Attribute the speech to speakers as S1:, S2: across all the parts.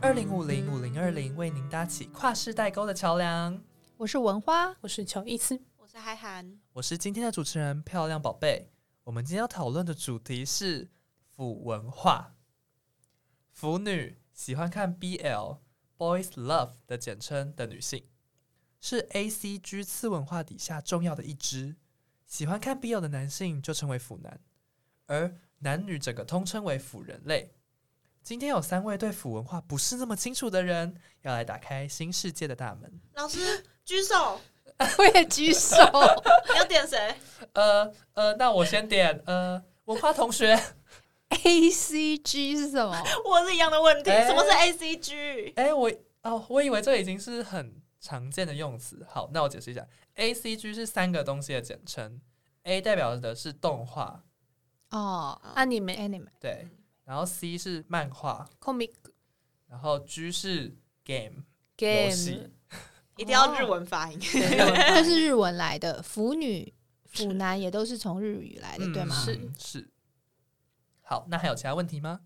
S1: 二零五零五零二零为您搭起跨世代沟的桥梁。
S2: 我是文花，
S3: 我是乔伊 斯。
S4: 我是海涵，
S1: 我是今天的主持人漂亮宝贝。我们今天要讨论的主题是腐文化。腐女喜欢看 BL (Boys Love) 的简称的女性，是 ACG 次文化底下重要的一支。喜欢看 BL 的男性就称为腐男，而男女整个通称为腐人类。今天有三位对腐文化不是那么清楚的人，要来打开新世界的大门。
S4: 老师举手，
S2: 我也举手。
S4: 你要点谁？
S1: 呃呃，那我先点呃文化同学。
S2: A C G 是什么？
S4: 我是一样的问题，
S1: 哎
S4: 什么是 A C G？
S1: 哎、我哦，我以为这已经是很常见的用词。好，那我解释一下，A C G 是三个东西的简称，A 代表的是动画，
S2: 哦
S3: 啊，你们
S2: ，anime
S1: 对，然后 C 是漫画，
S3: comic
S1: 然后 G 是 game 游
S3: game
S1: 戏，
S4: 一定要日文发 音。
S2: 就是日文来的，腐女、腐男也都是从日语来的，哎
S1: 嗯
S2: 对吗？
S1: 是是。好，那还有其他问题吗？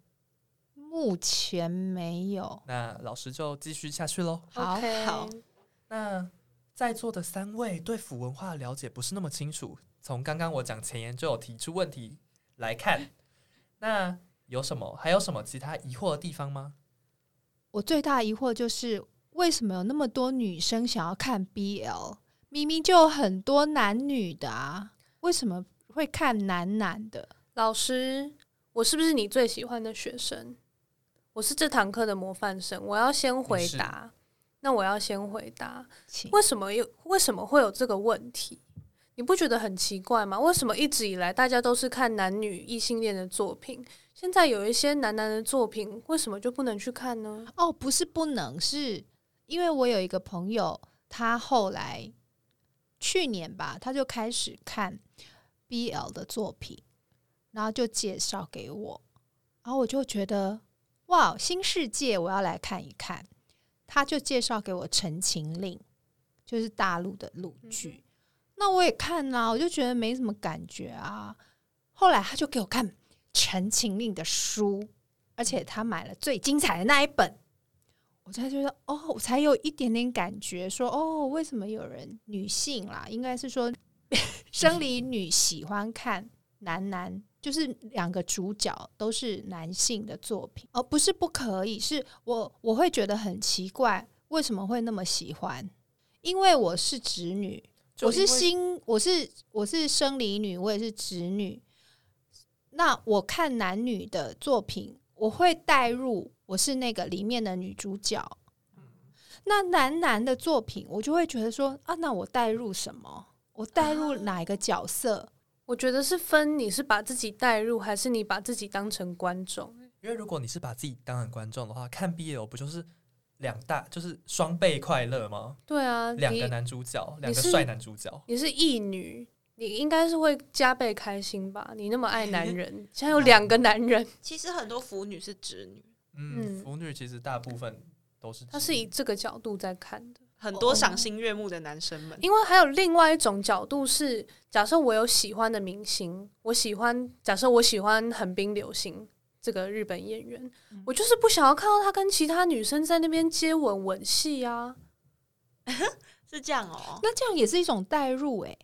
S2: 目前没有。
S1: 那老师就继续下去喽。
S2: 好
S3: OK
S4: 好
S1: 那在座的三位对腐文化了解不是那么清楚，从刚刚我讲前言就有提出问题来看，那有什么还有什么其他疑惑的地方吗？
S2: 我最大疑惑就是，为什么有那么多女生想要看 BL？明明就有很多男女的啊，为什么会看男男的？
S3: 老师，我是不是你最喜欢的学生？我是这堂课的模范生，我要先回答。那我要先回答，
S2: 请
S3: 为什么有为什么会有这个问题？你不觉得很奇怪吗？为什么一直以来大家都是看男女异性恋的作品，现在有一些男男的作品，为什么就不能去看呢？
S2: 哦，不是不能，是因为我有一个朋友，他后来去年吧，他就开始看 BL 的作品，然后就介绍给我，然后我就觉得哇，哦新世界我要来看一看。他就介绍给我《陈情令》，就是大陆的陆剧。那我也看啦、我就觉得没什么感觉啊。后来他就给我看《陈情令》的书，而且他买了最精彩的那一本，我才觉得哦，我才有一点点感觉说，哦，为什么有人女性啦，应该是说生理女喜欢看男男，就是两个主角都是男性的作品，而、不是不可以，是我我会觉得很奇怪，为什么会那么喜欢？因为我是直女，
S1: 就
S2: 我是
S1: 因为
S2: 心，我是我是生理女，我也是直女。那我看男女的作品，我会带入我是那个里面的女主角。
S1: 嗯
S2: 那男男的作品，我就会觉得说啊，那我带入什么？我带
S3: 啊
S2: 入哪一个角色？
S3: 我觉得是分你是把自己带入，还是你把自己当成观众。
S1: 因为如果你是把自己当成观众的话，看 BL 不就是两大就是双倍快乐吗？
S3: 对
S4: 呃
S3: 啊，
S1: 两
S3: 你
S1: 个男主角，两
S3: 你
S1: 个
S3: 是
S1: 帅男主角，
S3: 你是异女，你应该是会加倍开心吧？你那么爱男人，现在有两个男人，
S4: 其实很多腐女是直女，
S1: 嗯，
S3: 嗯
S1: 腐女其实大部分都是
S3: 他是以这个角度在看的。
S4: 很多赏心悦目的男生们。
S3: 因为还有另外一种角度是，假设我有喜欢的明星，我喜欢，假设我喜欢横滨流星这个日本演员，我就是不想要看到他跟其他女生在那边接吻吻戏啊。
S4: 是这样哦，
S2: 那这样也是一种带入欸诶、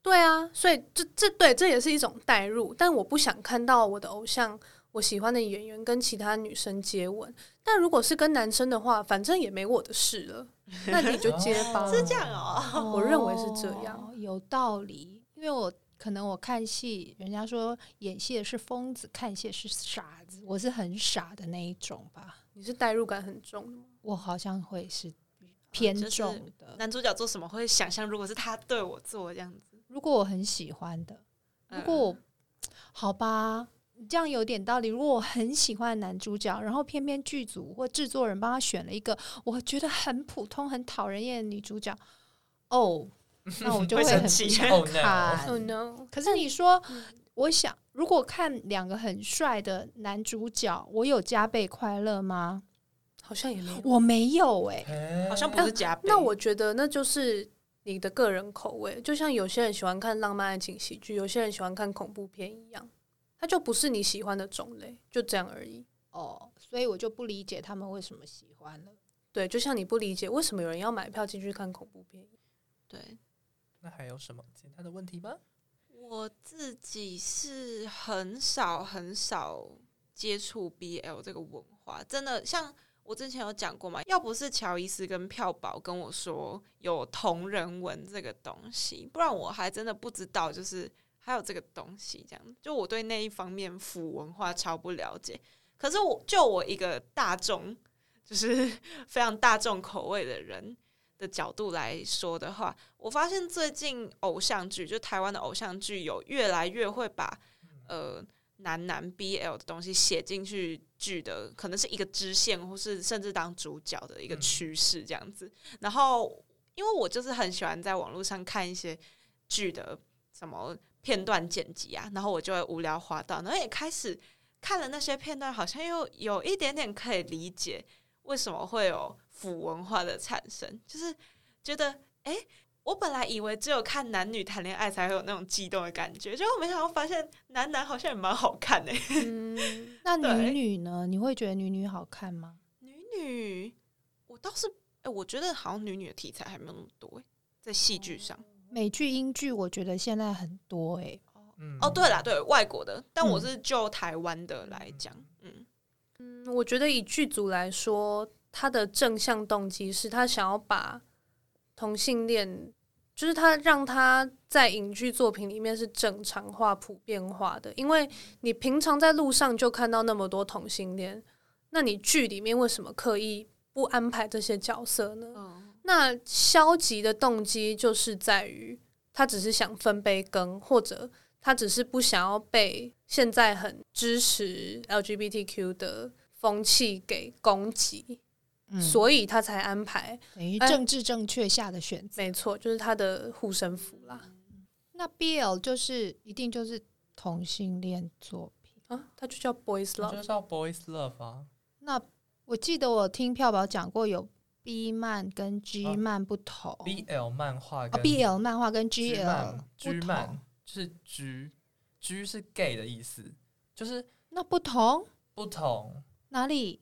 S3: 对啊，所以这这对这也是一种代入，但我不想看到我的偶像、我喜欢的演员跟其他女生接吻。但如果是跟男生的话，反正也没我的事了，那你就接吧。
S1: 哦
S4: 是这样哦。
S3: 我认为是这样
S2: 哦，有道理。因为我可能我看戏，人家说演戏的是疯子，看戏的是傻子，我是很傻的那一种吧。
S3: 你是代入感很重的吗
S2: 我好像会是
S3: 啊
S2: 偏
S4: 就是
S2: 重的。
S4: 男主角做什么会想象，如果是他对我做这样子。嗯
S2: 如果我很喜欢的，如果我、好吧，你这样有点道理。如果我很喜欢的男主角，然后偏偏剧组或制作人帮他选了一个我觉得很普通、很讨人厌的女主角， 哦，那我就
S4: 会
S2: 很
S4: 生
S2: 不
S4: 气
S2: 想
S1: Oh no
S2: 看。
S3: ？Oh no！
S2: 可是你说
S3: 嗯，
S2: 我想如果看两个很帅的男主角，我有加倍快乐吗？
S3: 好像也没有。
S2: 我没有欸诶、
S1: 嗯
S4: 好像不是加倍。
S3: 那我觉得那就是你的个人口味，就像有些人喜欢看浪漫爱情喜剧，有些人喜欢看恐怖片一样，它就不是你喜欢的种类，就这样而已。
S2: 哦，所以我就不理解他们为什么喜欢了。
S3: 对，就像你不理解为什么有人要买票进去看恐怖片，
S4: 对
S1: 那还有什么其他的问题吗？
S4: 我自己是很少很少接触 BL 这个文化，真的像我之前有讲过嘛，要不是乔伊斯跟票宝跟我说有同人文这个东西，不然我还真的不知道，就是还有这个东西这样。就我对那一方面腐文化超不了解，可是我就我一个大众，就是 非常大众口味的人的角度来说的话，我发现最近偶像剧，就台湾的偶像剧，有越来越会把呃男男 BL 的东西写进去剧的，可能是一个支线，或是甚至当主角的一个
S1: 嗯
S4: 趋势这样子。然后，因为我就是很喜欢在网络上看一些剧的什么片段剪辑啊，然后我就会无聊滑到，然后也开始看了那些片段，好像又有一点点可以理解为什么会有腐文化的产生，就是觉得哎。诶我本来以为只有看男女谈恋爱才会有那种激动的感觉，结果没想到发现男男好像也蛮好看的、
S3: 嗯，
S2: 那女
S4: 对
S2: 女呢？你会觉得女女好看吗？
S4: 女女，我倒是哎、我觉得好像女女的题材还没有那么多、欸、在戏剧上。
S2: 美剧、英剧，我觉得现在很多诶、欸
S1: 嗯，
S4: 哦，对啦，对外国的，但我是就台湾的来讲，嗯，
S3: 嗯我觉得以剧组来说，他的正向动机是他想要把同性恋，就是他让他在影剧作品里面是正常化、普遍化的。因为你平常在路上就看到那么多同性恋，那你剧里面为什么刻意不安排这些角色呢？
S4: 嗯
S3: 那消极的动机就是在于他只是想分杯羹，或者他只是不想要被现在很支持 LGBTQ 的风气给攻击，
S2: 嗯
S3: 所以他才安排。
S2: 等
S1: 嗯
S2: 于
S3: 哎
S2: 政治正确下的选择。
S3: 没错，就是他的护身符啦。
S2: 那 BL 就是一定就是同性恋作品。
S3: 啊，他就叫 Boys
S1: 我就
S3: Love。
S1: 叫 Boys Love 啊，
S2: 那我记得我听票宝讲过有 B 漫跟 G
S1: 啊
S2: 漫不同、
S4: 哦
S1: BL 漫画
S2: 啊
S1: 跟
S2: BL 漫画跟
S1: G
S2: GL
S1: 漫
S2: 不
S1: G
S2: 同
S1: 漫，就是 G，G 是 gay 的意思，就是
S2: 那不同
S1: 不同，
S2: 哪里？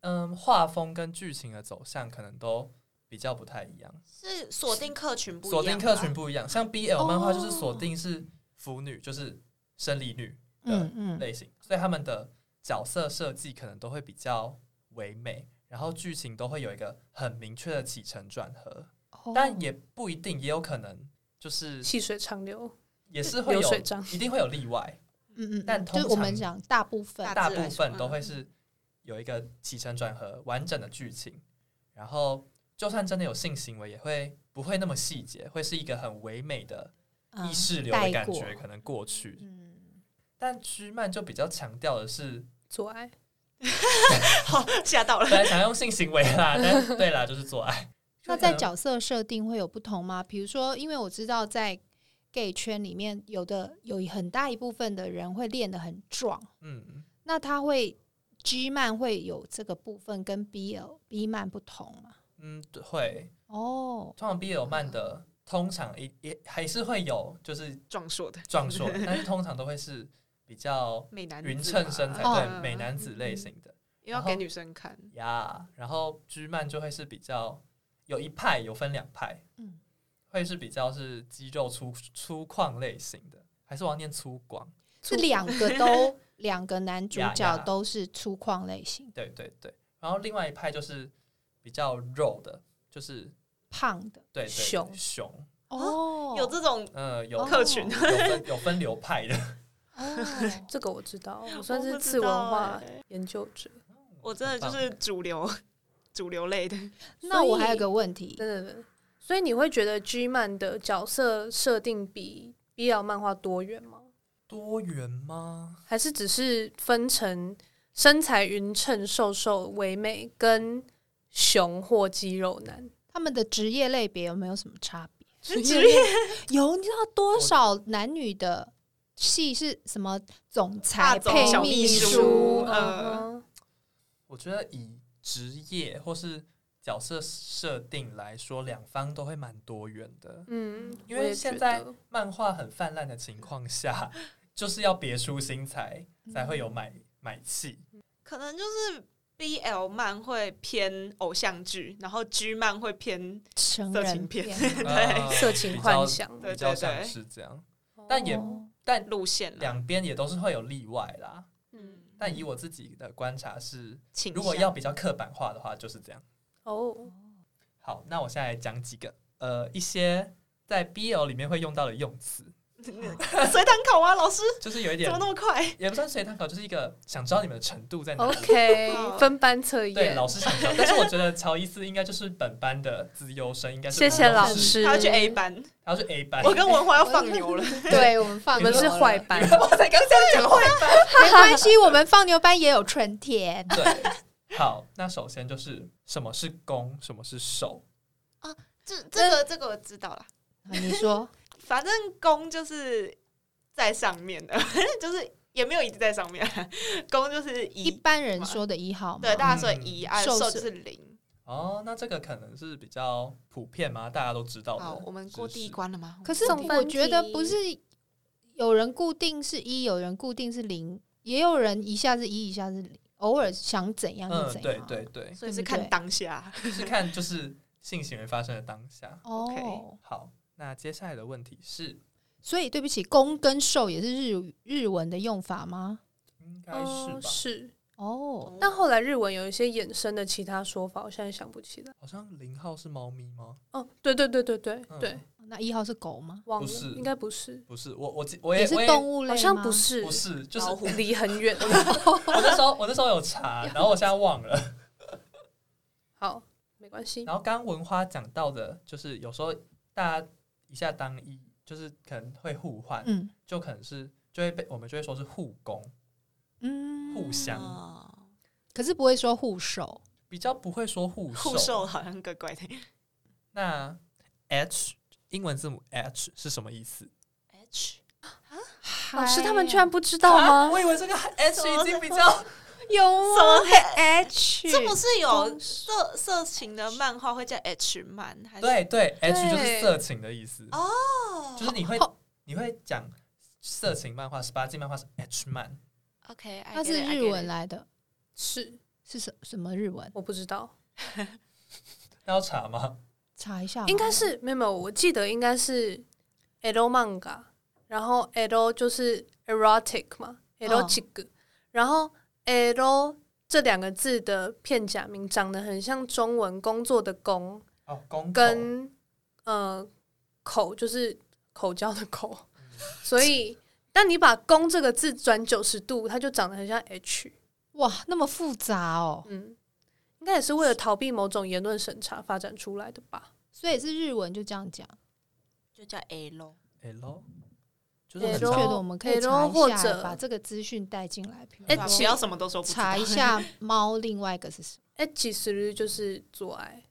S1: 嗯，画风跟剧情的走向可能都比较不太一样，
S4: 是锁定客群不一
S1: 锁
S4: 样，
S1: 定客群，不一样，像 BL 漫画就是锁
S4: 哦
S1: 定是腐女，就是生理女
S2: 嗯
S1: 的
S2: 嗯，
S1: 类型，所以他们的角色设计可能都会比较唯美，然后剧情都会有一个很明确的起承转合，
S2: 哦
S1: 但也不一定，也有可能就是
S3: 细水长流，
S1: 也是会有
S3: 流水账
S1: 一定会有例外，
S2: 嗯嗯，
S1: 但
S2: 嗯
S1: 通
S2: 就是我们
S1: 常
S2: 讲大部分
S4: 大
S1: 大
S4: 致来
S1: 部
S4: 说
S1: 分都会是有一个起承转合完整的剧情，然后就算真的有性行为，也会不会那么细节，会是一个很唯美的
S2: 嗯
S1: 意识流的感
S2: 带
S1: 觉，
S2: 过
S1: 可能过去。
S2: 嗯，
S1: 但居漫就比较强调的是，
S3: 做爱。
S4: 好 吓到 了
S1: 本。来想用性行为啦，但对啦，就是做爱。
S2: 那在
S1: 讲
S2: 角色设定会有不同吗？比如说，因为我知道在 gay 圈里面，有的有很大一部分的人会练得很壮，
S1: 嗯，
S2: 那他会 G 漫会有这个部分跟 BL B 漫不同吗？
S1: 嗯，对会。
S2: 哦，
S1: 通常 BL 漫的通常也也还是会有就是
S4: 壮硕的
S1: 壮硕，但是通常都会是比较
S4: 美男子
S1: 匀称身材，
S4: 嘛嗯
S1: 对美男子类，型的
S4: 又要
S1: 然后
S4: 给女生看，
S1: 呀。然后居漫就会是比较有一派，有分两派，
S2: 嗯，
S1: 会是比较是肌肉粗粗犷类型的，还是我要念粗犷？
S2: 是两个都两个男主
S1: 呀
S2: 角
S1: 呀
S2: 都是粗犷类型，
S1: 对对对。然后另外一派就是比较肉的，就是
S2: 胖的
S1: 对对对
S3: 熊
S1: 熊，
S2: 哦
S4: 有这种
S1: 呃，有
S4: 客群
S1: 有分有分流派的。
S2: 哦
S3: 这个我知道，我算
S4: 我
S3: 是
S4: 不知
S3: 次文
S4: 道
S3: 化
S4: 欸
S3: 研究者。
S4: 我真的
S1: 很棒
S4: 就是主流主流类的，
S2: 那我还有
S3: 所以
S2: 个问题，
S3: 对对对，所以你会觉得 G 漫的角色设定比 BL 漫画多元吗？
S1: 多元吗？
S3: 还是只是分成身材匀称、瘦瘦、唯美跟熊或肌肉男？
S2: 他们的职业类别有没有什么差别？
S4: 职
S2: 职
S4: 业
S2: 有，你知道多少男女的戏是什么总裁
S4: 霸总
S2: 配
S4: 小
S2: 秘
S4: 秘
S2: 书
S4: 书？
S3: 嗯哼
S1: 我觉得以职业或是角色设定来说，两方都会蛮多元的。
S3: 嗯，
S1: 因
S3: 我
S1: 为
S3: 也
S1: 现
S3: 觉
S1: 在
S3: 得
S1: 漫画很泛滥
S3: 嗯
S1: 的情况下，就是要别出心裁才会有买买气。
S4: 可能就是 BL 漫会偏偶像剧，然后 G 漫会偏
S2: 成
S4: 色
S2: 人
S4: 情片
S2: 片
S1: 啊
S3: 色情幻想
S4: 对
S1: 比较像是这样，但也
S2: 哦
S1: 但
S4: 路线啦。
S1: 两边也都是会有例外啦。
S3: 嗯
S1: 但以我自己的观察是，
S4: 倾
S1: 如果
S4: 向
S1: 要比较刻板化的话，就是这样。
S3: 哦，
S1: 好，那我现在来讲几个呃一些在 BL 里面会用到的用词，
S4: 随堂考啊，老师
S1: 就是有一
S4: 怎
S1: 点
S4: 么那么快？
S1: 也不算随堂考，就是一个想知道你们的程度在哪里。
S3: OK，分班测
S1: 对，
S3: 验
S1: 老，师想知道，但是我觉得乔伊斯应该就是本班的资优生，应该是
S3: 谢谢老
S1: 资优生，
S3: 师。
S4: 他要去 A 班，
S1: 他要去 A 班。
S4: 我跟文化要放牛了。
S2: 对我们放
S3: 我们
S2: 牛
S3: 是
S2: 了
S3: 坏，班，
S4: 我才刚这样讲话，
S2: 没关系，我们放牛班也有春 天。
S1: 对，好，那首先就是什么是攻，什么是守，
S4: 这这个这个我知道了。
S2: 你说
S4: 反正弓就是在上面的， 就是也没有一直在上面，弓就是
S2: 一
S4: 一，
S2: 般人说的一号吗？
S4: 对，大家说
S1: 嗯
S4: 一，啊，
S2: 受
S4: 受
S2: 是
S4: 就是零。
S1: 哦，那这个可能是比较普遍嘛，大家都知道的。
S4: 好，我们过
S1: 知
S4: 第
S1: 识
S4: 一。关了吗？
S2: 可是
S3: 送
S2: 我
S3: 分
S2: 觉得
S3: 题
S2: 不是有人固定是一，有人固定是零，也有人一下是一，一下是零，偶尔想怎样
S1: 嗯
S2: 就，怎
S1: 对
S2: 样。
S1: 对对，
S4: 所
S2: 对
S4: 以是
S2: 不对
S4: 看当下。
S1: 就是看就是性行为发生的当下。
S2: 哦
S4: OK，
S1: 好，那接下来的问题是，
S2: 所以对不起，攻跟受也是日日文的用法吗？
S1: 应该是
S3: 哦
S1: 吧？
S3: 是。
S2: 哦，
S3: 但后来日文有一些衍生的其他说法，我现在想不起来。
S1: 好像零号是猫咪吗？
S3: 哦，对对对对对
S1: 嗯
S3: 对，
S2: 那一号是狗吗？
S3: 忘了
S1: 不是，
S3: 应该不是，
S1: 不是，我我记我
S2: 也
S1: 也
S2: 是
S1: 我也
S2: 动物类吗，
S3: 好像不是，
S1: 不是，就是
S3: 老
S1: 我
S3: 虎离很远。
S1: 那时候我那时候有查，然后我现在忘了。
S3: 好，没关系。
S1: 然后刚刚文花讲到的，就是有时候大家一下当一，就是可能会互换，
S2: 嗯
S1: 就可能是就会被我们就会说是互攻，
S2: 嗯，
S1: 互相
S4: 哦
S2: 可是不会说互手
S1: 比较不会说互受。
S4: 互受好像怪怪的。
S1: 那 H 英文字母 H 是什么意思？
S4: H
S3: 老师他们居
S2: 嗨
S3: 然不知道
S1: 啊
S3: 吗
S1: 我？以为这个 H 已经比较
S2: 有
S3: 啊
S4: 什么？
S2: H，
S4: 这不是有
S3: 公
S4: 色色情的漫画会叫 H 漫？还是
S1: 对对，H
S3: 对
S1: 就是色情的意思，
S4: 哦，
S1: 就是你会
S2: 好
S1: 你会讲色情漫画、十八禁漫画是 H 漫，
S4: OK，
S2: 它是日文
S4: 啦。
S2: 来的，
S3: 是，
S2: 是什什么日文？
S3: 我不知道，
S1: 那要查吗？
S2: 查一下好了，
S3: 应该是没有没有，我记得应该是 ero manga，然后 ero 就是 erotic 嘛，erotic，然后 ero 这两个字的片假名长得很像中文工作的工
S1: 哦，公
S3: 跟呃口就是口交的口，所以。但你把“公”这个字转九十度，它就长得很像 H。
S2: 哇，那么复杂哦，
S3: 嗯，应该也是为了逃避某种言论审查发展出来的吧？
S2: 所以是日文就这样讲。
S4: 就叫 L。
S1: L，就是
S2: 我
S1: 很
S2: 觉
S3: L
S1: 常
S2: 得我们可以查
S3: L
S2: 一
S3: 或
S2: 下，
S3: 者
S2: 把这个资讯带进来，比如
S3: 哎
S2: 说
S3: 其
S4: 不要什么都说不知道
S2: 查一。下猫另外一个是什么？
S3: 哎，其实就是做爱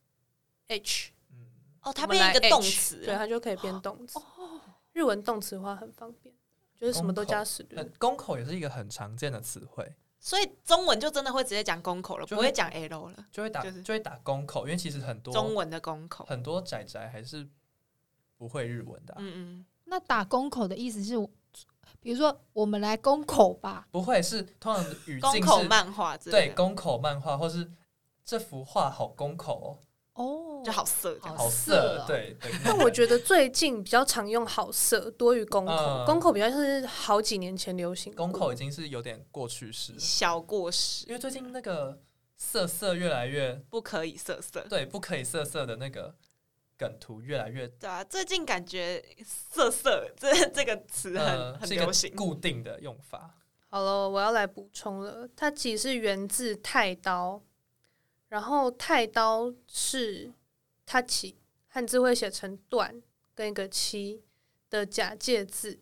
S3: ，H，
S1: 嗯
S4: 哦，它
S3: 我们
S4: 变一
S3: 来
S4: 个动
S3: H，
S4: 词
S1: 啊
S4: 啊哦
S3: 对，
S4: 了。
S3: 它就可以变动词。日文动词化很方便，就是什么都加死
S1: 很
S3: 日。
S1: 公呃口也是一个很常见的词汇，
S4: 所以中文就真的会直接讲公口了，
S1: 就
S4: 不
S1: 会
S4: 会讲 L 了。
S1: 就会打、
S4: 就是
S1: 就会打公口，因为其实很多
S4: 中文的公口，
S1: 很多仔仔还是不会日文的啊、
S4: 嗯嗯，
S2: 那打工口的意思是，比如说我们来攻口吧，
S1: 不会是通常语
S4: 公
S1: 境
S4: 口
S1: 是
S4: 漫画之类
S1: 对
S4: 的，
S1: 公口漫画，或是这幅画好公口
S2: 哦，
S4: 就好色这
S1: 哦，
S4: 样。
S1: 好
S2: 色哦
S1: 对。对
S3: 但我觉得最近比较常用好色多于公口
S1: 嗯，
S3: 公口比较像是好几年前流行。
S1: 公口已经是有点过去式了，
S4: 小过时
S1: 因，为最近那个色色越来越
S4: 不可以色色。
S1: 对，不可以色色的那个梗图越来越
S4: 对啊，最近感觉“色色”这这个词 很、
S1: 呃
S4: 很
S1: 是一个
S4: 流行。
S1: 固定的用法。
S3: 好了，我要来补充了。它其实是源自太刀，然后太刀是它起汉字会写成断跟一个七的假借字。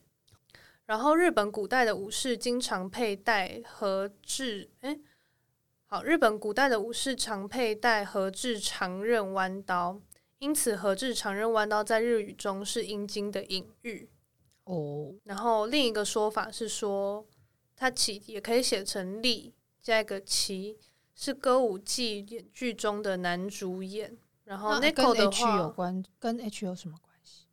S3: 然后日本古代的武士经常佩戴和制，诶，好，日本古代的武士常佩戴和制长刃弯刀，因此和制长刃弯刀在日语中是阴茎的隐喻。
S2: 哦，
S3: 然后另一个说法是说，它起也可以写成立加一个旗，是歌舞伎演剧中的男主演。然
S4: 啊
S3: 后
S2: 那
S3: Nico
S2: 跟
S3: 哦的
S2: H 有
S3: 话
S2: 关，跟 H 有什么关系？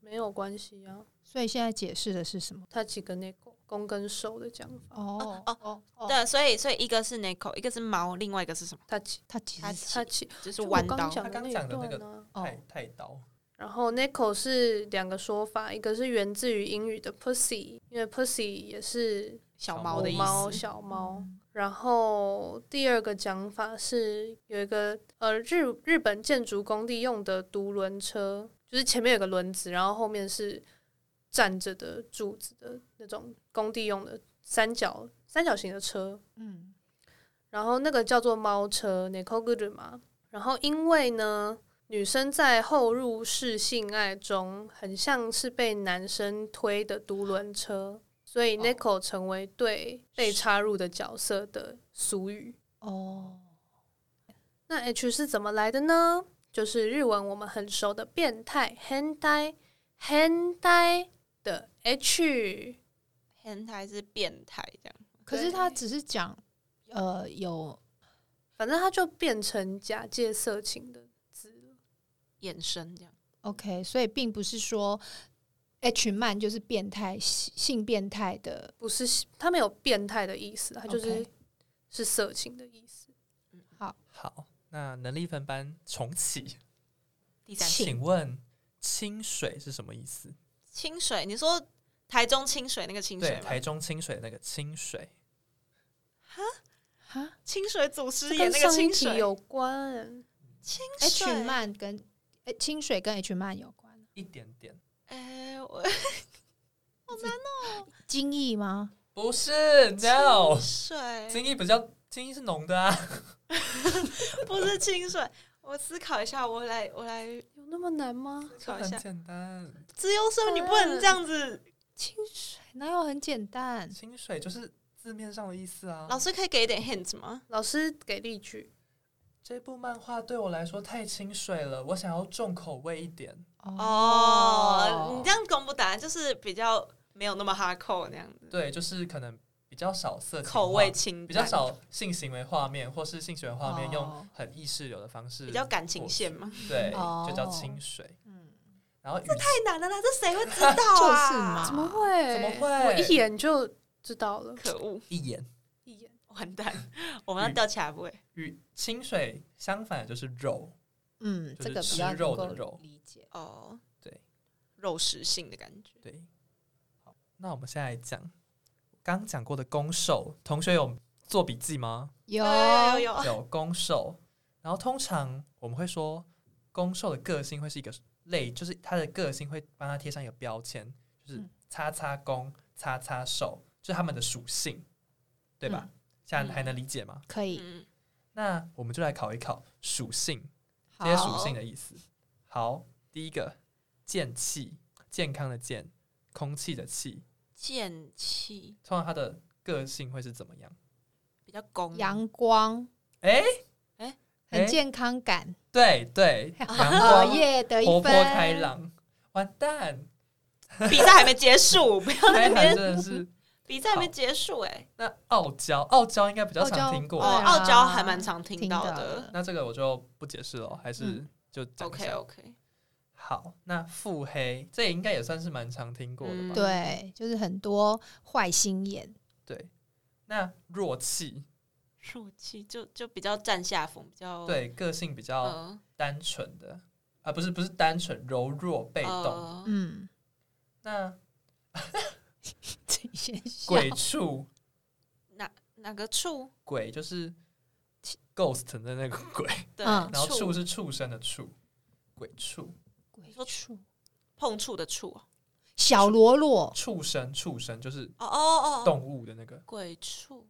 S3: 没有关系啊，
S2: 所以现在解释的是什么？
S3: 他几个 Nico 攻跟受的讲法。
S2: 哦
S4: 哦
S2: 哦哦，
S4: 对，所以所以一个是 n i c o 一个是毛，另外一个是什么？
S3: 他起
S2: 他其
S4: 他
S2: 实
S3: 他起
S4: 就是
S3: 就我
S4: 弯
S3: 刚
S4: 刀。
S3: 讲
S1: 他刚
S3: 那一
S1: 讲的那个
S3: 段啊
S2: 哦
S1: 太太刀，
S3: 然后 n i c o 是两个说法，一个是源自于英语的 pussy，因为 pussy 也是
S4: 小
S1: 小
S4: 猫的意
S3: 猫
S4: 思，
S3: 小猫。然后第二个讲法是有一个呃日日本建筑工地用的独轮车，就是前面有个轮子，然后后面是站着的柱子的那种工地用的三角三角形的车，
S2: 嗯
S3: 然后那个叫做猫车 n i k o g u r u m a 然后因为呢，女生在后入式性爱中很像是被男生推的独轮车，所以
S4: 哦
S3: n i k o 成为对被插入的角色的俗语。
S2: 哦
S3: 那 H 是怎么来的呢？就是日文我们很熟的变态 hentai hentai 的 H。
S4: 变态是变态这样。
S2: 可是他
S3: 对
S2: 只是讲呃有
S3: 反正它就变成假借色情的字了。
S4: 眼神这样，
S2: OK，所以并不是说 H 曼就是变态性性变态的。
S3: 不是，它没有变态的意思，它啊就是
S2: OK
S3: 是色情的意思。
S1: 好，那能力分班重启，
S4: 第三
S1: 请
S4: 清
S1: 问清水是什么意思？
S4: 清水，你说台中清水那个清水
S1: 对，
S4: 吗
S1: 台中清水那个清水，
S2: 哈
S4: 清水祖师爷
S3: 跟
S4: 那个
S3: 上一
S4: 清
S3: 题
S4: 水
S3: 有关，
S4: 清水
S2: ，H 曼跟呃清水跟 H 曼有关，
S1: 一点点，
S4: 哎、我
S2: 精益吗？
S1: 不是 no，
S4: 清
S1: 精
S4: 水
S1: 益比较精益是浓的啊，
S4: 不是清水，我思考一下，我来我来
S3: 有那么难吗？
S4: 思
S1: 这
S4: 考一
S1: 很
S4: 下。
S1: 简单。
S4: 自由生，你不能这样子。
S2: 清水哪有很简单？
S1: 清水就是字面上的意思啊。
S4: 老师可以给一点 hint 吗？
S3: 老师给例句，
S1: 这部漫画对我来说太清水了，我想要重口味一点。
S4: 哦，你这样公布答案就是比较没有那么哈扣那样子，
S1: 对，就是可能比较少色情化
S4: 嗯口味，清淡，
S1: 比较少性行为画面，或是性行为画面
S2: 哦
S1: 用很意识流的方式，
S4: 比较感情线嘛。
S1: 对，
S2: 哦
S1: 就叫清水。
S2: 嗯，
S1: 然后语气
S4: 太难了啦，这谁会知道啊？
S2: 就是嘛
S3: 怎么会？
S1: 怎么会
S3: 我一眼就知道了，
S4: 可恶，
S1: 一眼
S3: 一眼。
S4: 完蛋，我们要掉卡位。
S1: 与清水相反的就是肉，
S2: 嗯，
S1: 就是
S2: 这个比
S1: 吃
S2: 较
S1: 肉
S2: 能
S1: 的
S2: 够
S1: 肉
S2: 理解。
S4: 哦，
S1: 对，
S4: 肉食性的感觉。
S1: 对。好，那我们现在来讲刚讲过的攻受，同学有做笔记吗？
S2: 有
S4: 有有
S2: 哦
S4: 有，
S1: 有攻受，然后通常我们会说攻受的个性会是一个类，就是他的个性会帮他贴上一个标签，就是
S2: 嗯
S1: 叉叉攻、叉叉受，就是他们的属性，对吧？
S2: 嗯
S1: 这样还能理解吗？
S2: 可以，
S4: 嗯，
S1: 那我们就来考一考属性，这
S2: 好
S1: 些属性的意思。好，第一个健气，健康的健，空气的气，
S4: 剑气
S1: 通常他的个性会是怎么样？
S4: 比较攻，
S2: 阳光，
S1: 哎、哎
S2: 很健康感，
S1: 对 对，阳
S2: 熬
S1: 光、
S2: 夜得一
S1: 活
S2: 分，
S1: 泼开朗。完蛋，
S4: 比赛还没结束， 不要
S1: 开
S4: 在
S1: 坛
S4: 那边
S1: 真的是。
S4: 比赛还没结束哎。
S1: 那傲娇，傲娇应该比较
S2: 傲娇
S1: 常听过。
S4: 哦，
S2: 对啊
S4: 傲娇还蛮常听
S2: 听
S4: 到
S2: 到
S4: 的。
S2: 了
S1: 那这个我就不解释了，还是
S2: 嗯
S1: 就讲一
S4: OK
S1: 下
S4: OK，
S1: 好，那腹黑，这应该也算是蛮常听过的吧？
S4: 嗯
S2: 对，就是很多坏心眼，
S1: 对。那弱气，
S4: 弱气就就比较占下风，比较，
S1: 对，个性比较
S4: 哦嗯，
S1: 单纯的，啊，不是不是单纯，柔弱被动。
S4: 呃
S2: 嗯，
S1: 那
S2: 自己先笑
S1: 鬼畜，
S4: 哪个处？
S1: 鬼就是 ghost 的那个鬼，
S4: 对，
S2: 嗯
S1: 然后畜
S4: 触
S1: 是畜生的畜，鬼畜，
S2: 鬼
S4: 说
S2: 畜，
S4: 碰触的触啊，
S2: 小罗罗，
S1: 畜生，畜生就是
S4: 哦哦哦，
S1: 动物的那个。
S4: 鬼畜，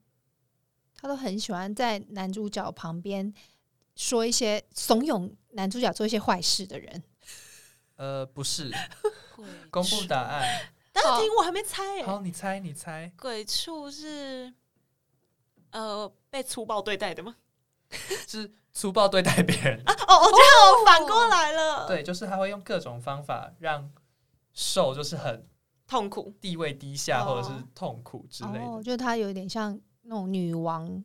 S2: 他都很喜欢在男主角旁边说一些怂恿男主角做一些坏事的人。
S1: 呃，不是，
S4: 鬼畜
S1: 公布答案。
S4: 等
S2: 好
S4: 等，我还没猜哎。
S1: 好，你猜，你猜，
S4: 鬼畜是呃被粗暴对待 的吗？
S1: 是粗暴对待别人。
S4: 啊哦，我觉得我反过来了，，
S1: 对，就是他会用各种方法让受就是很
S4: 痛苦，
S1: 地位低下或者是
S4: 哦
S1: 痛苦之类
S2: 哦，
S1: 的。
S2: 就是他有点像那种女王，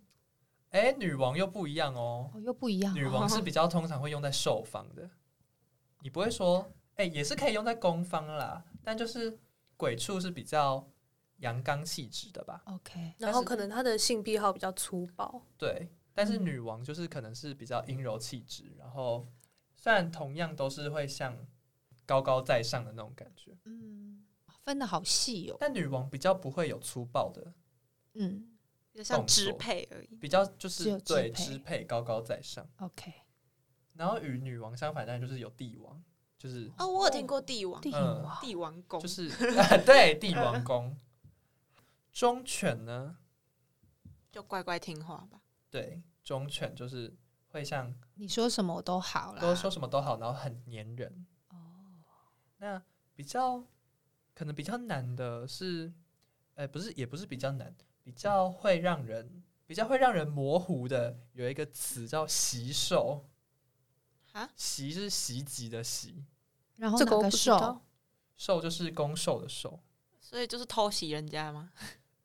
S1: 哎，女王又不一样哦，
S2: 哦，又不一样
S1: 女王是比较通常会用在受方的，你不会说哎，也是可以用在攻方啦，但就是鬼畜是比较阳刚气质的吧？
S2: OK，
S3: 然后可能他的性癖好比较粗暴，
S1: 对，但是
S2: 嗯
S1: 女王就是可能是比较阴柔气质，然后虽然同样都是会像高高在上的那种感觉，
S2: 嗯，分的好细哦。
S1: 但女王比较不会有粗暴的，
S2: 嗯
S4: 就像
S1: 动作
S4: 支配而已。
S1: 比较就
S2: 只有
S1: 是
S2: 支
S1: 对
S2: 配
S1: 支配高高在上。
S2: ，OK，
S1: 然后与女王相反，当然就是有帝王，就是
S4: 哦，我有听过帝王，
S2: 帝
S1: 嗯
S2: 王
S4: 帝王宫
S1: 就，是、 对帝王宫。忠犬呢？
S4: 就乖乖听话吧。
S1: 对，忠犬就是会像
S2: 你说什么我都好啦。
S1: 都说什么都好，然后很粘人。
S2: 哦，
S1: 那比较可能比较难的是，呃，不是也不是比较难，比较会让人比较会让人模糊的有一个词叫袭兽，
S4: 啊，
S1: 袭是袭击的袭，
S2: 然后
S3: 这个
S2: 哪
S3: 我
S2: 个
S3: 不知道
S2: 兽？。
S1: 兽就是攻兽的兽，
S4: 所以就是偷袭人家吗？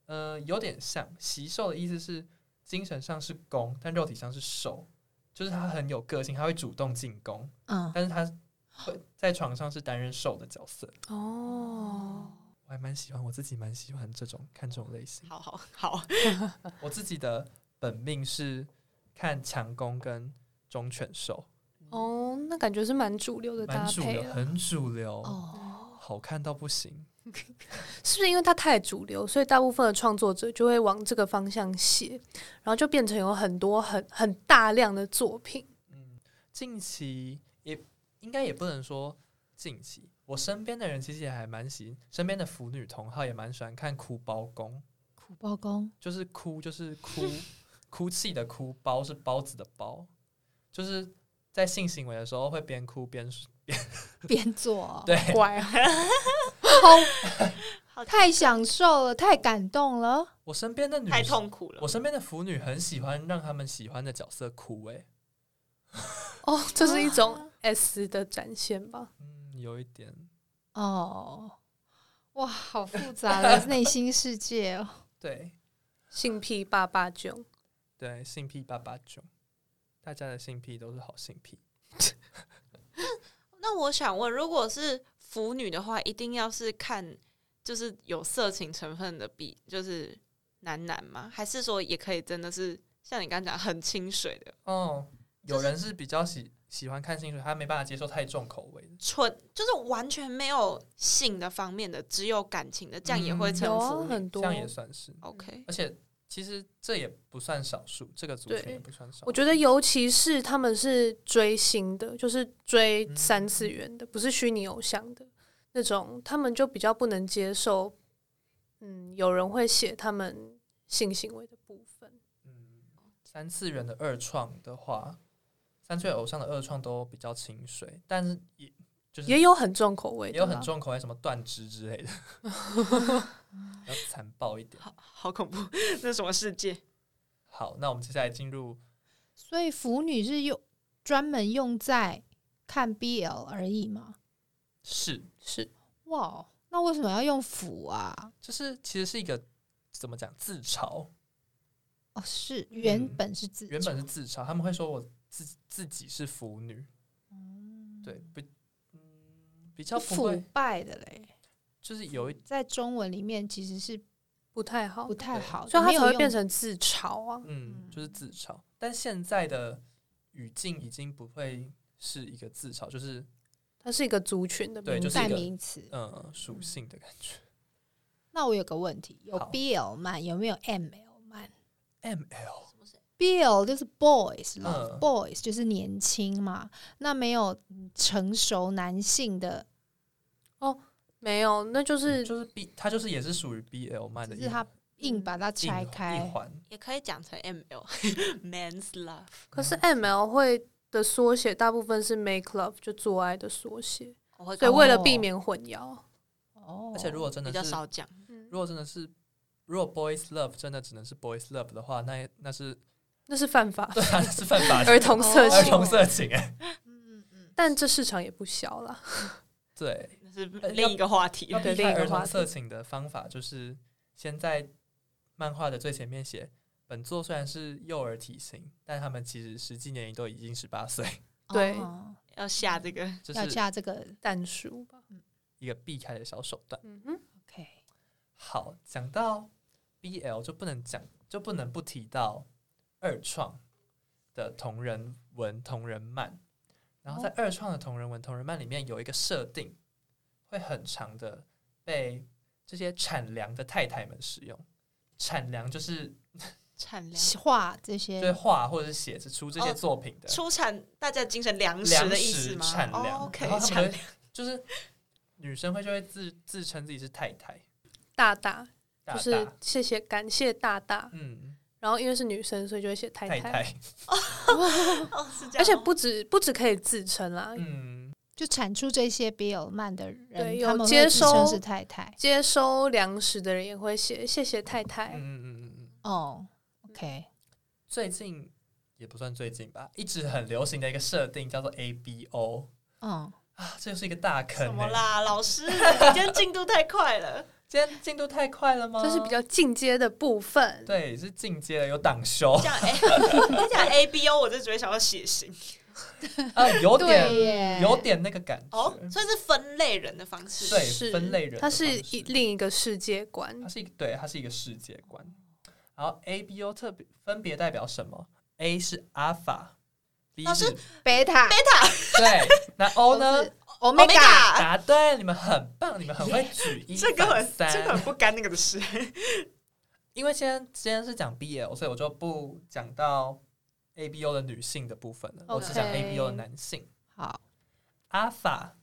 S1: 呃，有点像袭兽的意思是精神上是攻，但肉体上是兽，就是它很有个性，它会主动进攻，
S2: 嗯，
S1: 但是它会在床上是担任兽的角色。
S3: 哦，
S1: 我还蛮喜欢，我自己蛮喜欢这种看这种类型。
S4: 好好好，
S1: 我自己的本命是看强攻跟忠犬兽，
S3: 哦，那感觉是蛮主流的搭
S1: 蛮主
S3: 配啊
S1: 流，
S3: 了。
S1: 很主流，
S2: 哦，
S1: 好看到不行。
S3: 是不是因为它太主流，所以大部分的创作者就会往这个方向写，然后就变成有很多很很大量的作品。
S1: 嗯，近期也应该也不能说近期，我身边的人其实也还蛮喜，身边的腐女同好也蛮喜欢看哭包公，
S2: 苦包公，
S1: 就是哭就是哭 哭泣的哭，包是包子的包，就是在性行为的时候会边哭边
S2: 边做，
S1: 对
S3: 乖啊，
S2: 好，
S4: 好
S2: 太享受了，太感动了。
S1: 我身边的女
S4: 太痛苦了
S1: 我。身边的腐女很喜欢让他们喜欢的角色哭、欸，
S3: 哦，这是一
S2: 啊
S3: 种 S 的展现吧？
S1: 嗯，有一点。
S2: 哦，哇，好复 杂的内心世界哦。
S1: 对
S3: 性癖爸爸囧，
S1: 对，性癖八八九，大家的性癖都是好性癖。
S4: 那我想问，如果是腐女的话，一定要是看就是有色情成分的比，就是男男吗？还是说也可以真的是像你刚刚讲很清水的
S1: 哦，
S4: 就
S1: 有
S4: 是
S1: 人是比较喜喜欢看性水，他没办法接受太重口味的。
S4: 纯，就是完全没有性的方面的，只有感情的，这样也会成
S3: 有啊
S4: 腐女、
S3: 很
S1: 这
S3: 多
S1: 样也算是，
S4: OK，
S1: 而且其实这也不算少数，这个族群
S3: 对
S1: 也不算少数。
S3: 我觉得尤其是他们是追星的，就是追
S1: 嗯
S3: 三次元的，不是虚拟偶像的那种，他们就比较不能接受。嗯，有人会写他们性行为的部分。
S1: 嗯，三次元的二创的话，三次元偶像的二创都比较清水，但是也就是
S3: 也有很重口
S2: 啊
S3: 味的，
S1: 嗯也有很。重口味，什么断肢之 类的，比较残暴一点。
S4: 好好恐怖， 那什么世界？
S1: 好，那我们接下来进入
S2: 所以腐女是用专门用在看 BL 而已吗？
S1: 是，
S3: 是
S2: 哇，那为什么要用腐啊？
S1: 就是其实是一个怎么讲自嘲，
S2: 哦，是原
S1: 嗯
S2: 本是自
S1: 原本是自嘲，他们会说我自自己是腐女，对，不，嗯，比较不
S2: 腐
S1: 会，
S2: 败的嘞，
S1: 就是有一，
S2: 在中文里面其实是
S3: 不太好
S2: 不，太
S1: 对
S2: 好的，
S3: 所以它
S2: 没
S3: 才
S2: 有
S3: 会
S2: 用
S3: 变成自嘲啊。
S1: 嗯，就是自嘲，但现在的语境已经不会是一个自嘲，就是
S3: 它是一个族群的
S1: 对
S3: 名
S1: 就
S3: 字
S1: 是一
S2: 代
S1: 个
S2: 名词。
S1: 呃属性的感觉。
S2: 那我有个问题，有
S1: 好
S2: BL 漫有没有 ML 漫
S1: M L
S2: BL 就是 boys love、
S1: 嗯
S2: boys 就是年轻嘛，那没有成熟男性的，
S3: 没有，那就是
S1: 嗯就是 B，它就是也是属于 B L 漫的
S2: 只
S1: 一
S2: 是他
S1: 环嗯
S2: 硬把它
S1: 一
S2: 拆
S1: 一
S2: 开。
S1: 环，
S4: 也可以讲成 ML，Man's Love。
S3: 可是 ML 会的缩写大部分是 make love，就做爱的缩写，
S4: 我会
S3: 所以
S4: 搞
S3: 为了避免混淆，
S2: 哦，
S1: 而且如果真的
S4: 比较
S1: 是
S4: 少讲，
S3: 嗯
S1: 如果真的是，如果 boys love 真的只能是 boys love 的话，那也那是，
S3: 那是犯法
S1: 对啊，那是犯法的
S3: 儿童色
S1: 儿
S3: 情。
S1: 童色情哎、
S2: 嗯嗯
S3: 但这市场也不小啦，
S1: 对，
S4: 那是
S1: 呃
S4: 另一个话题
S1: 要
S4: 了。
S1: 避
S3: 对
S1: 开
S3: 另一个
S1: 儿童
S3: 话题
S1: 色情的方法就是先在漫画的最前面写，本作虽然是幼儿体型，但他们其实实际年龄都已经十八岁，
S3: 对
S2: 哦
S4: 要下这个
S1: 这
S2: 要
S1: 是
S2: 加这个
S3: 蛋叔吧。
S1: 一个避开的小手段。
S3: 嗯哼，
S2: OK，
S1: 好，讲到 BL 就不能讲，就不能不提到二创的同人文、同人漫。然
S4: 哦
S1: 后在二创的同人文、同人漫里面有一个设定，会很长的被这些产粮的太太们使用。产粮就是
S4: 产粮
S2: 画这
S1: 就是
S2: 些
S1: 画或者是写出这些
S4: 哦
S1: 作品的，
S4: 出产大家精神粮食
S1: 粮
S4: 的意思
S1: 食
S4: 吗？
S1: 产粮。
S4: o k
S1: 然后他
S4: 产
S1: 们
S4: 粮
S1: 会就是女生会就会自自称自己是太太，
S3: 大大
S1: 大
S3: 就
S1: 大
S3: 是谢谢感谢大大，
S1: 嗯
S3: 然后因为是女生，所以就会写太
S1: 太
S4: 哎
S1: 太，
S4: 哦，是这样哦，
S3: 而且不止不止可以自称啦，
S1: 嗯，
S2: 就产出这些 BL 漫的人，
S3: 对
S2: 他
S3: 有
S2: 们
S3: 接
S2: 会自称
S3: 收
S2: 是太太
S3: 接收粮食的人也会写谢谢太
S1: 嗯
S3: 太，
S1: 嗯嗯嗯嗯。
S2: 哦。OK，
S1: 最近也不算最近吧，一直很流行的一个设定叫做 ABO
S2: 嗯，
S1: 啊，这是一个大坑、欸。
S4: 什么？啦？老师，你今天进度太快 了。
S1: 今天进度太快了吗？
S3: 这是比较进阶的部分。
S1: 对，是进阶的，有党 修
S4: 讲 A，他讲 A B O，我就只会想到血型
S1: 啊，有
S2: 对
S1: 点
S2: 耶，
S1: 有点那个感觉。
S4: 哦，所以是分类人的方式。
S1: 对
S3: 是
S1: 分类人的方
S3: 它是
S1: 式啊
S3: 一另一个世界观
S1: 它。是一个对，它是一个世界观。然后 ABO 特别分别代表什么？A 是阿法，B
S4: 老师
S1: 是
S2: 贝塔
S1: 对，那 O
S2: 都
S1: 呢哦
S2: 是？Omega，
S1: 答对，你们很棒，你们很会举一
S4: 这个
S1: 反
S4: 很
S1: 三。
S4: 这个很不干那个 的事。
S1: 因为现在今天是讲 BL，所以我就不讲到 ABO 的女性的部分了我只讲
S2: OK
S1: ABO 的男性。
S2: 好。
S1: 阿法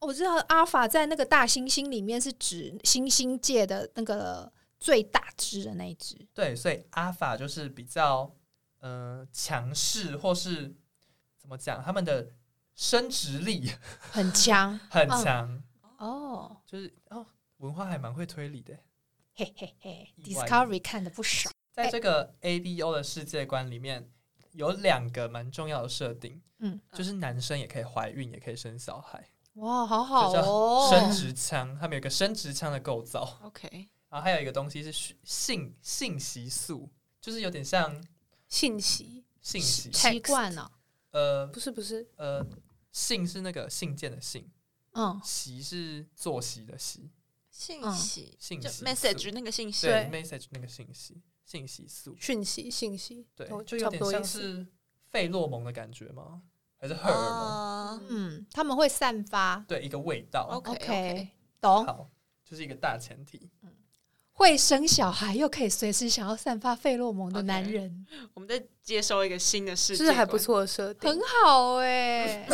S2: 我知道阿法在那个大猩猩里面是指猩猩界的那个最大只的那一只，
S1: 对，所以阿法就是比较嗯强势，或是怎么讲，他们的生殖力
S2: 很强
S1: 很强，
S2: 嗯哦，
S1: 就是哦，文化还蛮会推理的。
S2: 嘿嘿嘿
S1: 意外
S2: ，Discovery 看的不少，
S1: 在这个 ABO 的世界观里面，有两个蛮重要的设定，
S2: 嗯，
S1: 就是男生也可以怀孕，也可以生小孩，
S2: 哇，好好哦，
S1: 生殖腔，他们有一个生殖腔的构造。
S4: OK，
S1: 然后还有一个东西是讯性性习俗，就是有点像
S3: 信息
S1: 性习，
S2: 习惯了，
S1: 呃
S3: 不是不是
S1: 呃，性是那个信件的信，
S2: 嗯，
S1: 习是作息的习，
S4: 信
S2: 嗯
S4: 息
S1: 信
S4: 就
S1: 息
S4: message 那个信息，
S1: 对
S3: 对
S1: message 那个信息，性习俗，
S3: 讯息信息，
S1: 对
S3: 都，
S1: 就
S3: 差
S1: 有
S3: 不
S1: 点
S3: 多意
S1: 像
S3: 思。
S1: 是费洛蒙的感觉吗？还是荷尔蒙？
S3: 哦
S4: 啊
S2: 嗯，他们会散发
S1: 对，一个味道。
S4: OK，OK
S2: 懂，
S1: 好，就是一个大前提。
S2: 会生小孩又可以随时想要散发费洛蒙的
S4: OK
S2: 男人
S4: 我们再接收一个新的世界，
S3: 是还不。错的设定
S2: 很，好哎、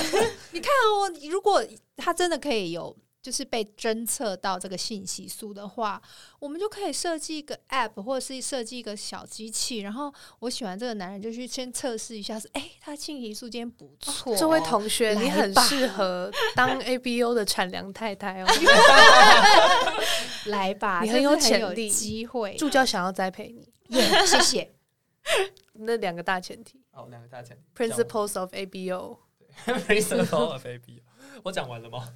S2: 你看哦，如果他真的可以有，就是被侦测到这个信息素的话，我们就可以设计一个 app，或者是设计一个小机器，然后我喜欢这个男人，就去先测试一下，是哎、他信息素今天不错、哦
S3: 这
S1: 哦
S3: 位同学，
S2: 来
S3: 你很
S2: 吧
S3: 适合当 ABO 的产粮太 太哦，
S2: 来吧，
S3: 你
S2: 这
S3: 很
S2: 是
S3: 有
S2: 有
S3: 潜力
S2: 机会，
S3: 助教想要栽培你。
S2: 耶谢谢。
S3: 那两个大前提
S1: 哦，两个大前提。
S3: ，principles of ABO。
S1: principle of AB。我讲完了吗？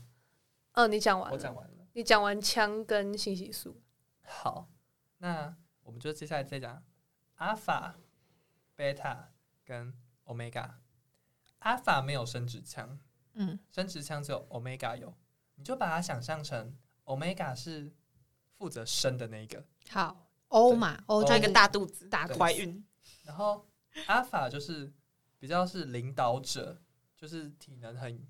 S3: 哦，你讲完
S1: 我
S3: 了，
S1: 讲完了。
S3: 你讲完枪跟信息素，
S1: 好，那我们就接下来再讲阿法、贝塔跟 omega。阿法没有生殖腔，
S2: 嗯，
S1: 生殖腔只有 omega 有，你就把它想象成 omega 是负责生的那一个，
S2: 好，O 嘛，O
S1: 哦
S4: 那
S2: 就
S4: 个
S2: 是
S4: 大肚子，
S2: 大
S1: 肚子
S4: 怀孕，
S1: 然后阿法就是比较是领导者，就是体能很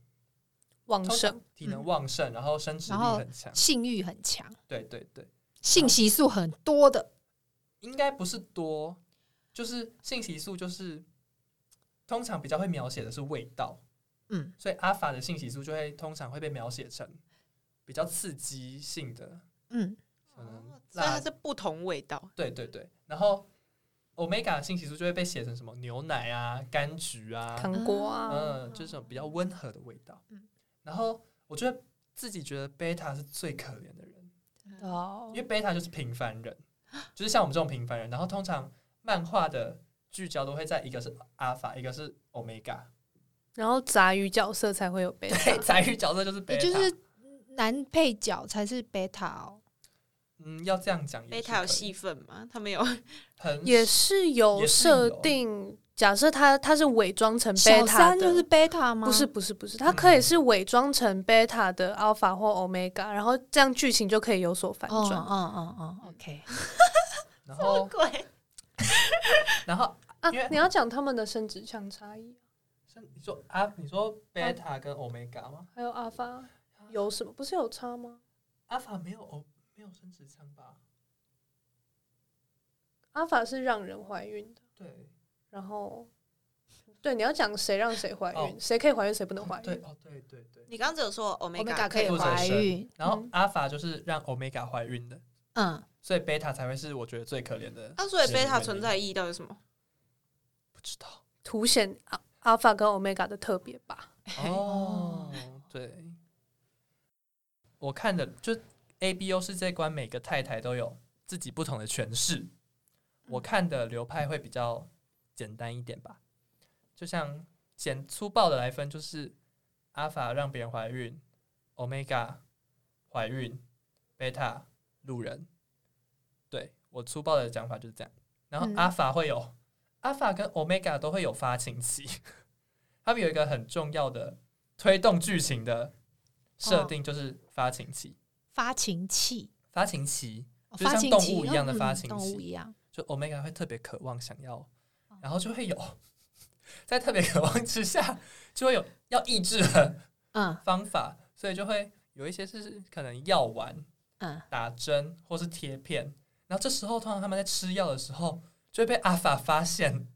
S3: 旺
S1: 通
S3: 盛
S1: 常，体能旺盛，然后生殖力
S2: 嗯然后
S1: 很强。
S2: 性欲很
S3: 嗯
S2: 强，
S1: 对对对，
S2: 信息素很多的，
S1: 应该不是多，就是信息素就是通常比较会描写的是味道。
S2: 嗯，
S1: 所以阿法的信息素就会通常会被描写成比较刺激性的，
S2: 嗯，
S1: 可能
S4: 哦所以
S1: 辣
S4: 它，是不同味道。
S1: 对对对。然后 omega 的信息素就会被写成什么牛奶啊、柑橘啊，
S3: 糖果啊，
S1: 嗯，就是这种比较温和的味道。
S2: 嗯
S1: 然后我觉得自己觉得贝塔是最可怜的人，
S2: 哦
S3: 嗯
S1: 因为贝塔就是平凡人，就是像我们这种平凡人。然后通常漫画的聚焦都会在一个是阿法，一个是 omega，
S3: 然后杂鱼角色才会有贝塔
S1: 对，宅女角色就是贝
S2: 也
S1: 塔，
S2: 就是男配角才是贝塔哦。
S1: 嗯，要这样讲也
S4: 贝
S1: 是
S4: 塔 有
S1: 可以
S4: 戏份吗？他们有
S1: 很
S3: 也是有
S1: 也是
S3: 设
S1: 有
S3: 定假设他他是伪装成
S2: 小
S3: beta
S2: 三
S3: 的，
S2: 就是贝塔吗？嗯
S3: 不是，不是不是，它可以是伪装成 beta 的 alpha 或 omega，然后这样剧情就可以有所反
S2: 哦
S3: 转。
S2: 哦哦
S3: 嗯
S2: 哦，OK，
S1: 然后
S4: 鬼，
S1: 然后
S3: 啊
S1: 因为，
S3: 你要讲他们的生殖腔差异，
S1: 像你说啊，你说 beta 跟 omega 吗？
S3: 还有 alpha 有什么？不是有差吗
S1: 阿法没有哦，没有生殖腔吧？
S3: ？alpha 是让人怀孕的，
S1: 对，
S3: 然后对你要讲谁让谁怀
S1: 哦
S3: 孕，谁可以怀孕，谁不能怀
S1: 对
S3: 孕。
S1: 哦，对对对。
S4: 你刚刚只有说
S2: 我们
S4: omega
S2: 嘎可以
S1: 可以
S2: 怀
S1: 生
S2: 孕，
S1: 然后
S3: 嗯
S1: 阿法就是让 omega 怀孕的，
S2: 嗯，
S1: 所以贝塔才会是我觉得最可怜的。
S4: 那啊所以
S1: 是
S4: 贝塔
S1: 原因
S4: 存在意义到底是什么？
S1: 不知道
S3: 凸显 al- alpha 跟 omega 的特别吧。
S1: 哦，对，我看的就 A B O 是这关每个太太都有自己不同的诠释。我看的流派会比较简单一点吧，就像简粗暴的来分，就是阿法让别人怀孕，omega 怀孕，贝塔路人。对我粗暴的讲法就是这样。然后
S2: 嗯
S1: 阿法会有阿法跟 omega 都会有发情期，他们有一个很重要的推动剧情的设定，就是发情期。
S2: 发情器，
S1: 发情期
S2: 哦
S1: 就像
S2: 发情
S1: 动
S2: 器
S1: 物一样的
S2: 嗯
S1: 发
S2: 嗯
S1: 情
S2: 动
S1: 器
S2: 物一哦样，
S1: 就 omega 会特别渴望想要，然后就会有 在特别渴望之下，就会有要抑制的
S2: 嗯
S1: 方法，所以就会有一些是可能药丸、
S2: 嗯，
S1: 打针或是贴片。然后这时候，通常他们在吃药的时候，就会被阿法发现，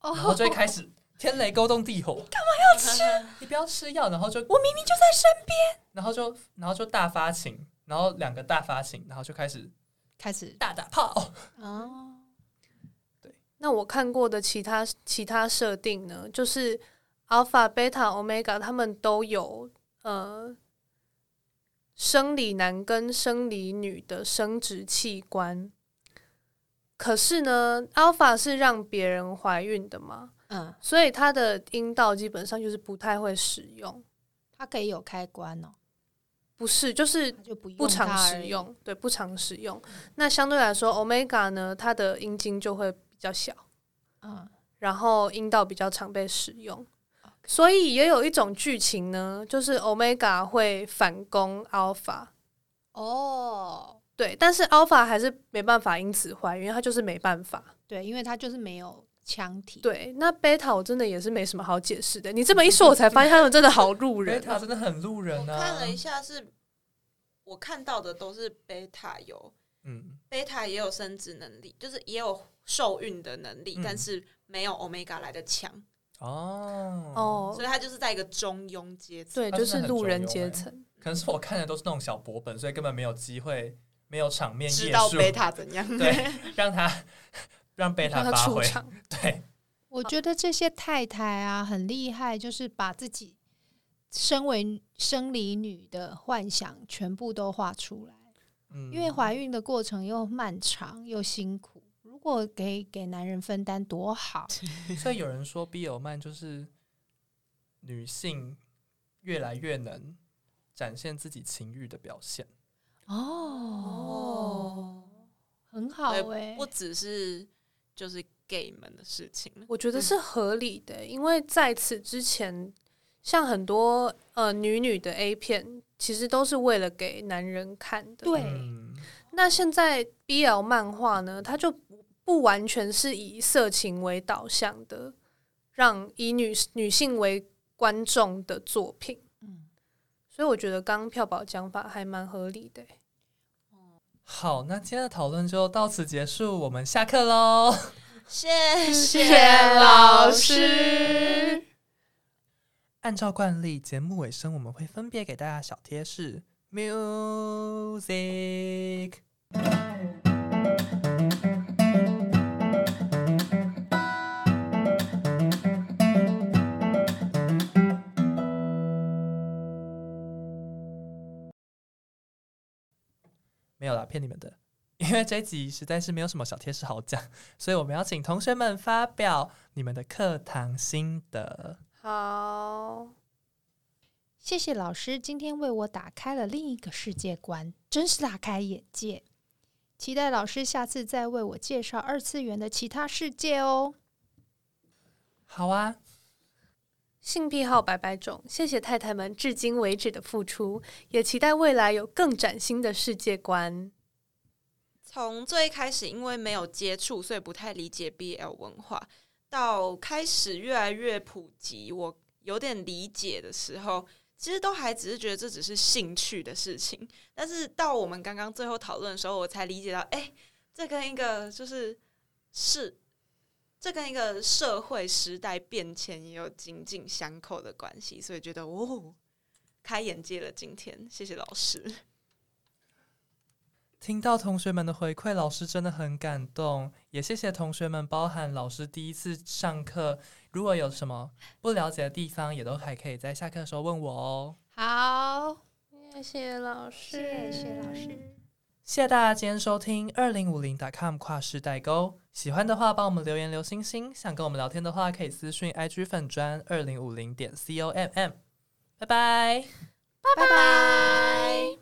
S2: 哦
S1: 然后就会开始天雷勾动地火。你干嘛要吃？你不要吃药，然后就
S2: 我明明就在身边，
S1: 然后就然后就大发情，然后两个大发情，然后就开始
S2: 开始
S1: 大打 炮。
S2: 哦，
S3: 那我看过的其他其他设定呢，就是 alpha、beta、omega 他们都有呃生理男跟生理女的生殖器官。可是呢，alpha 是让别人怀孕的嘛，
S2: 嗯，
S3: 所以它的阴道基本上就是不太会使用，
S2: 它可以有开关哦，
S3: 不是就是
S2: 它就不用
S3: 不常
S2: 它而
S3: 使
S2: 已，嗯
S3: 用，对，不常使用。那相对来说，omega 呢，它的阴茎就会比较小。
S2: 嗯，
S3: 然后阴道比较常被使用。所以也有一种剧情呢，就是 omega 会反攻 alpha，
S2: 哦，
S3: 对，但是 alpha 还是没办法因此怀孕，它就是没办法。
S2: 对，因为它就是没有腔体，
S3: 对，那 beta 我真的也是没什么好解释的。你这么一说，我才发现他们真的好路
S1: 贝
S3: 人
S1: 塔
S3: 啊、
S1: 真的很路人
S4: 我
S1: 啊！
S4: 看了一下是，我看到的都是贝塔有
S1: 嗯，
S4: 贝塔也有生殖能力，就是也有受孕的能力，
S1: 嗯
S4: 但是没有 omega 来的强，
S1: 哦
S3: 哦
S4: 所，以它就是在一个中庸阶层。
S3: 对，
S1: 他
S3: 就
S1: 真的
S3: 是
S1: 很
S3: 路
S1: 中
S3: 人
S1: 庸
S3: 阶
S1: 欸
S3: 层。
S1: 可能是我看的都是那种小薄本，所以根本没有机会，没有场面
S4: 知
S1: 页
S4: 道
S1: 数，
S4: 贝塔怎样？
S1: 对，让他让贝塔
S3: 让他
S1: 发
S3: 出
S1: 挥，
S3: 场，
S1: 对，
S2: 我觉得这些太太啊很厉害，就是把自己身为生理女的幻想全部都画出来，
S1: 嗯
S2: 因为怀孕的过程又漫长又辛苦，如果给给男人分担多好，
S1: 所以有人说比尔曼就是女性越来越能展现自己情欲的表现，
S2: 哦，很好
S4: 对
S2: 哎、
S4: 不只是就是 gay 们的事情了。
S3: 我觉得
S1: 嗯
S3: 是合理的，因为在此之前，像很多呃女女的 A 片，其实都是为了给男人看的。
S2: 对
S1: 嗯
S3: 那现在 BL 漫画呢，它就不不完全是以色情为导向的，让以女女性为观众的作品。
S2: 嗯，
S3: 所以我觉得刚刚票宝讲法还蛮合理的。欸
S1: 好，那今天的讨论就到此结束，我们下课喽。
S4: 谢
S3: 谢老师。
S1: 按照惯例，节目尾声我们会分别给大家小贴士，music。没有啦，骗你们的。因为这一集实在是没有什么小贴士好讲，所以我们要请同学们发表你们的课堂心得。
S3: 好，
S2: 谢谢老师今天为我打开了另一个世界观，真是大开眼界。期待老师下次再为我介绍二次元的其他世界哦。
S1: 好啊，
S3: 性癖好百百种，谢谢太太们至今为止的付出，也期待未来有更崭新的世界观。
S4: 从最开始因为没有接触，所以不太理解 BL 文化，到开始越来越普及，我有点理解的时候，其实都还只是觉得这只是兴趣的事情。但是到我们刚刚最后讨论的时候，我才理解到，哎、这跟一个就是是。这跟一个社会时代变迁也有紧紧相扣的关系，所以觉得哦，开眼界了。今天谢谢老师，
S1: 听到同学们的回馈，老师真的很感动，也谢谢同学们，包含老师第一次上课，如果有什么不了解的地方，也都还可以在下课的时候问我哦。
S2: 好，
S3: 谢谢老
S2: 谢
S3: 师，
S2: 谢老师。
S1: 谢谢大家今天收听二零五零 .com 跨世代沟，喜欢的话帮我们留言留星星，想跟我们聊天的话可以私讯 IG 粉砖二零五零点 com，拜拜。
S4: 拜拜